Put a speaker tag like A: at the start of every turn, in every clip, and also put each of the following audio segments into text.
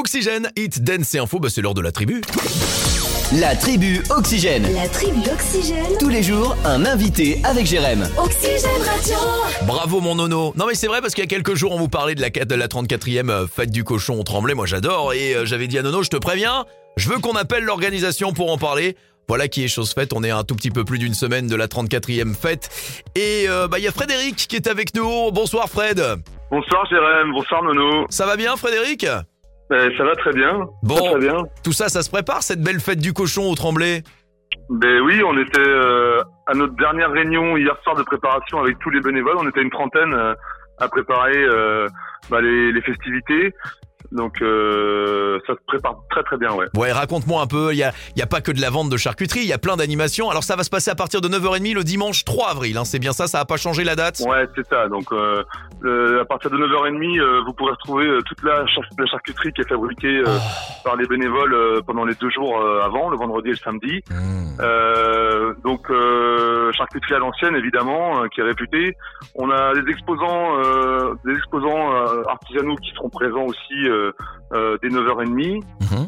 A: Oxygène, Hit, Dance et Info, bah, c'est l'heure de la tribu.
B: La tribu Oxygène.
C: La tribu Oxygène.
B: Tous les jours, un invité avec Jérém.
C: Oxygène Radio.
A: Bravo mon nono Non mais c'est vrai parce qu'il y a quelques jours on vous parlait de la, de la 34e euh, fête du cochon on tremblait, moi j'adore, et euh, j'avais dit à nono je te préviens, je veux qu'on appelle l'organisation pour en parler. Voilà qui est chose faite, on est à un tout petit peu plus d'une semaine de la 34e fête. Et euh, bah, il y a Frédéric qui est avec nous. Bonsoir Fred.
D: Bonsoir Jérém, bonsoir Nono.
A: Ça va bien Frédéric
D: Eh, ça va très bien.
A: Bon.
D: Ça va Très bien.
A: Tout ça, ça se prépare cette belle fête du cochon au Tremblay
D: Ben oui, on était euh, à notre dernière réunion hier soir de préparation avec tous les bénévoles. On était une trentaine euh, à préparer euh, bah, les, les festivités. Donc euh, ça se prépare très très bien, ouais.
A: Ouais, raconte-moi un peu, il y a, il y a pas que de la vente de charcuterie, il y a plein d'animations. Alors ça va se passer à partir de 9h30 le dimanche 3 avril, hein, c'est bien ça, ça a pas changé la date
D: Ouais, c'est ça. Donc euh, le- à partir de 9h30, euh, vous pourrez retrouver euh, toute la, char- la charcuterie qui est fabriquée euh, par les bénévoles euh, pendant les deux jours euh, avant, le vendredi et le samedi.
A: Mmh.
D: Euh, donc euh, charcuterie à l'ancienne évidemment euh, qui est réputée. On a des exposants, euh, des exposants euh, artisanaux qui seront présents aussi euh, euh, dès 9h30.
A: Mhm.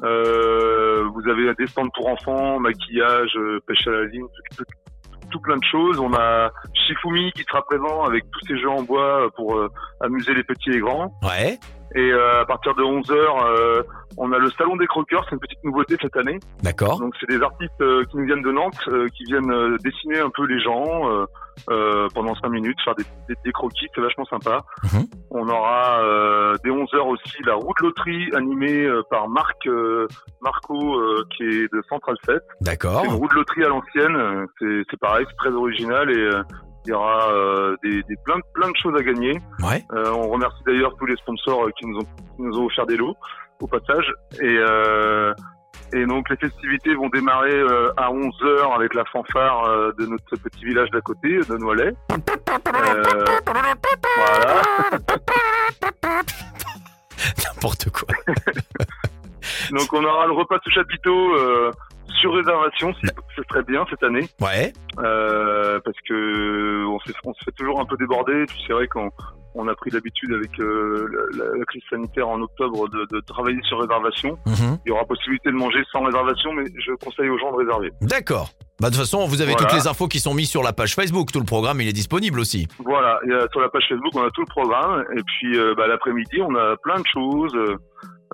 D: Euh, vous avez des stands pour enfants, maquillage, euh, pêche à la ligne, tout, tout- tout plein de choses. On a Shifumi qui sera présent avec tous ces jeux en bois euh, pour euh, amuser les petits et les grands.
A: Ouais,
D: Et euh, à partir de 11h, euh, on a le salon des croqueurs, c'est une petite nouveauté cette année.
A: d'accord.
D: Donc c'est des artistes euh, qui nous viennent de Nantes, euh, qui viennent euh, dessiner un peu les gens euh, euh, pendant cinq minutes, faire des, des, des croquis, c'est vachement sympa.
A: Mhm.
D: On aura euh, dès 11 heures aussi la route loterie animée euh, par Marc euh, Marco euh, qui est de Central 7.
A: D'accord.
D: C'est une route loterie à l'ancienne, euh, c'est c'est pareil, c'est très original et euh, il y aura euh, des, des plein, de- plein de choses à gagner.
A: Ouais.
D: Euh, on remercie d'ailleurs tous les sponsors euh, qui nous ont, qui nous ont offert des lots au passage. Et, euh, et donc les festivités vont démarrer euh, à 11h avec la fanfare euh, de notre petit village d'à côté, de Noilet. Euh, voilà.
A: N'importe quoi.
D: Donc on aura le repas sous chapiteau euh, sur réservation, si ce serait bien cette année.
A: Ouais.
D: Euh, parce que on, s'est- on se fait toujours un peu déborder. Et puis c'est vrai qu'on on a pris l'habitude avec euh, la, la- la crise sanitaire en octobre de, de travailler sur réservation.
A: Mhm.
D: Il y aura possibilité de manger sans réservation, mais je conseille aux gens de réserver.
A: D'accord. Bah, de toute façon, vous avez
D: Voilà.
A: toutes les infos qui sont mises sur la page Facebook. Tout le programme, il est disponible aussi.
D: Voilà, et, euh, sur la page Facebook, on a tout le programme. Et puis euh, bah, l'après-midi, on a plein de choses euh,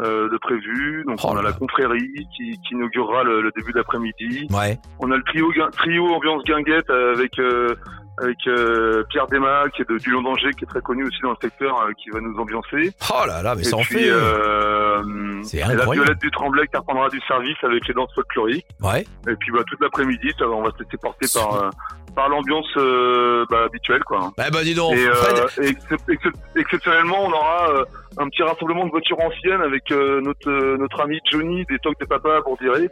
D: euh, de prévues. Donc
A: Oh
D: on a
A: là
D: la
A: là.
D: confrérie qui, qui inaugurera le, le début d'après-midi.
A: Ouais.
D: On a le trio, guin- trio ambiance guinguette avec euh, avec euh, Pierre Desmas qui est de Dulon d'Angers, qui est très connu aussi dans le secteur, euh, qui va nous ambiancer.
A: Oh là là, mais ça en
D: puis
A: fait. euh.
D: euh,
A: C'est
D: et la
A: incroyable.
D: Violette du Tremblay qui reprendra du service avec les danses folkloriques.
A: Ouais.
D: Et puis bah, toute l'après-midi, ça va- on va se laisser porter par, euh, par l'ambiance euh, bah, habituelle. Quoi.
A: Eh bah, dis donc,
D: et, euh,
A: Fred.
D: et excep- excep- exceptionnellement, on aura euh, un petit rassemblement de voitures anciennes avec euh, notre, euh, notre ami Johnny des Tocs de Papa pour dire. Il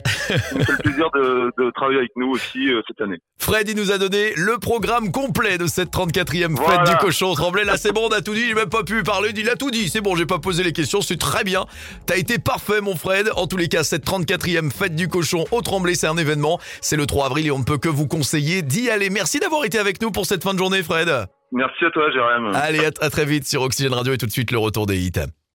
D: nous fait le plaisir de, de travailler avec nous aussi euh, cette année.
A: Fred, il nous a donné le programme complet de cette 34e
D: Voilà.
A: fête du cochon tremblé. Là, c'est bon, on a tout dit, j'ai même pas pu parler. Il a tout dit, c'est bon, j'ai pas posé les questions, c'est très bien. T'as été parfait, mon Fred. En tous les cas, cette 34e fête du cochon au tremblé, c'est un événement. C'est le 3 avril et on ne peut que vous conseiller d'y aller. Merci d'avoir été avec nous pour cette fin de journée, Fred.
D: Merci à toi, Jérém.
A: Allez, à, à très vite sur Oxygène Radio et tout de suite le retour des hits.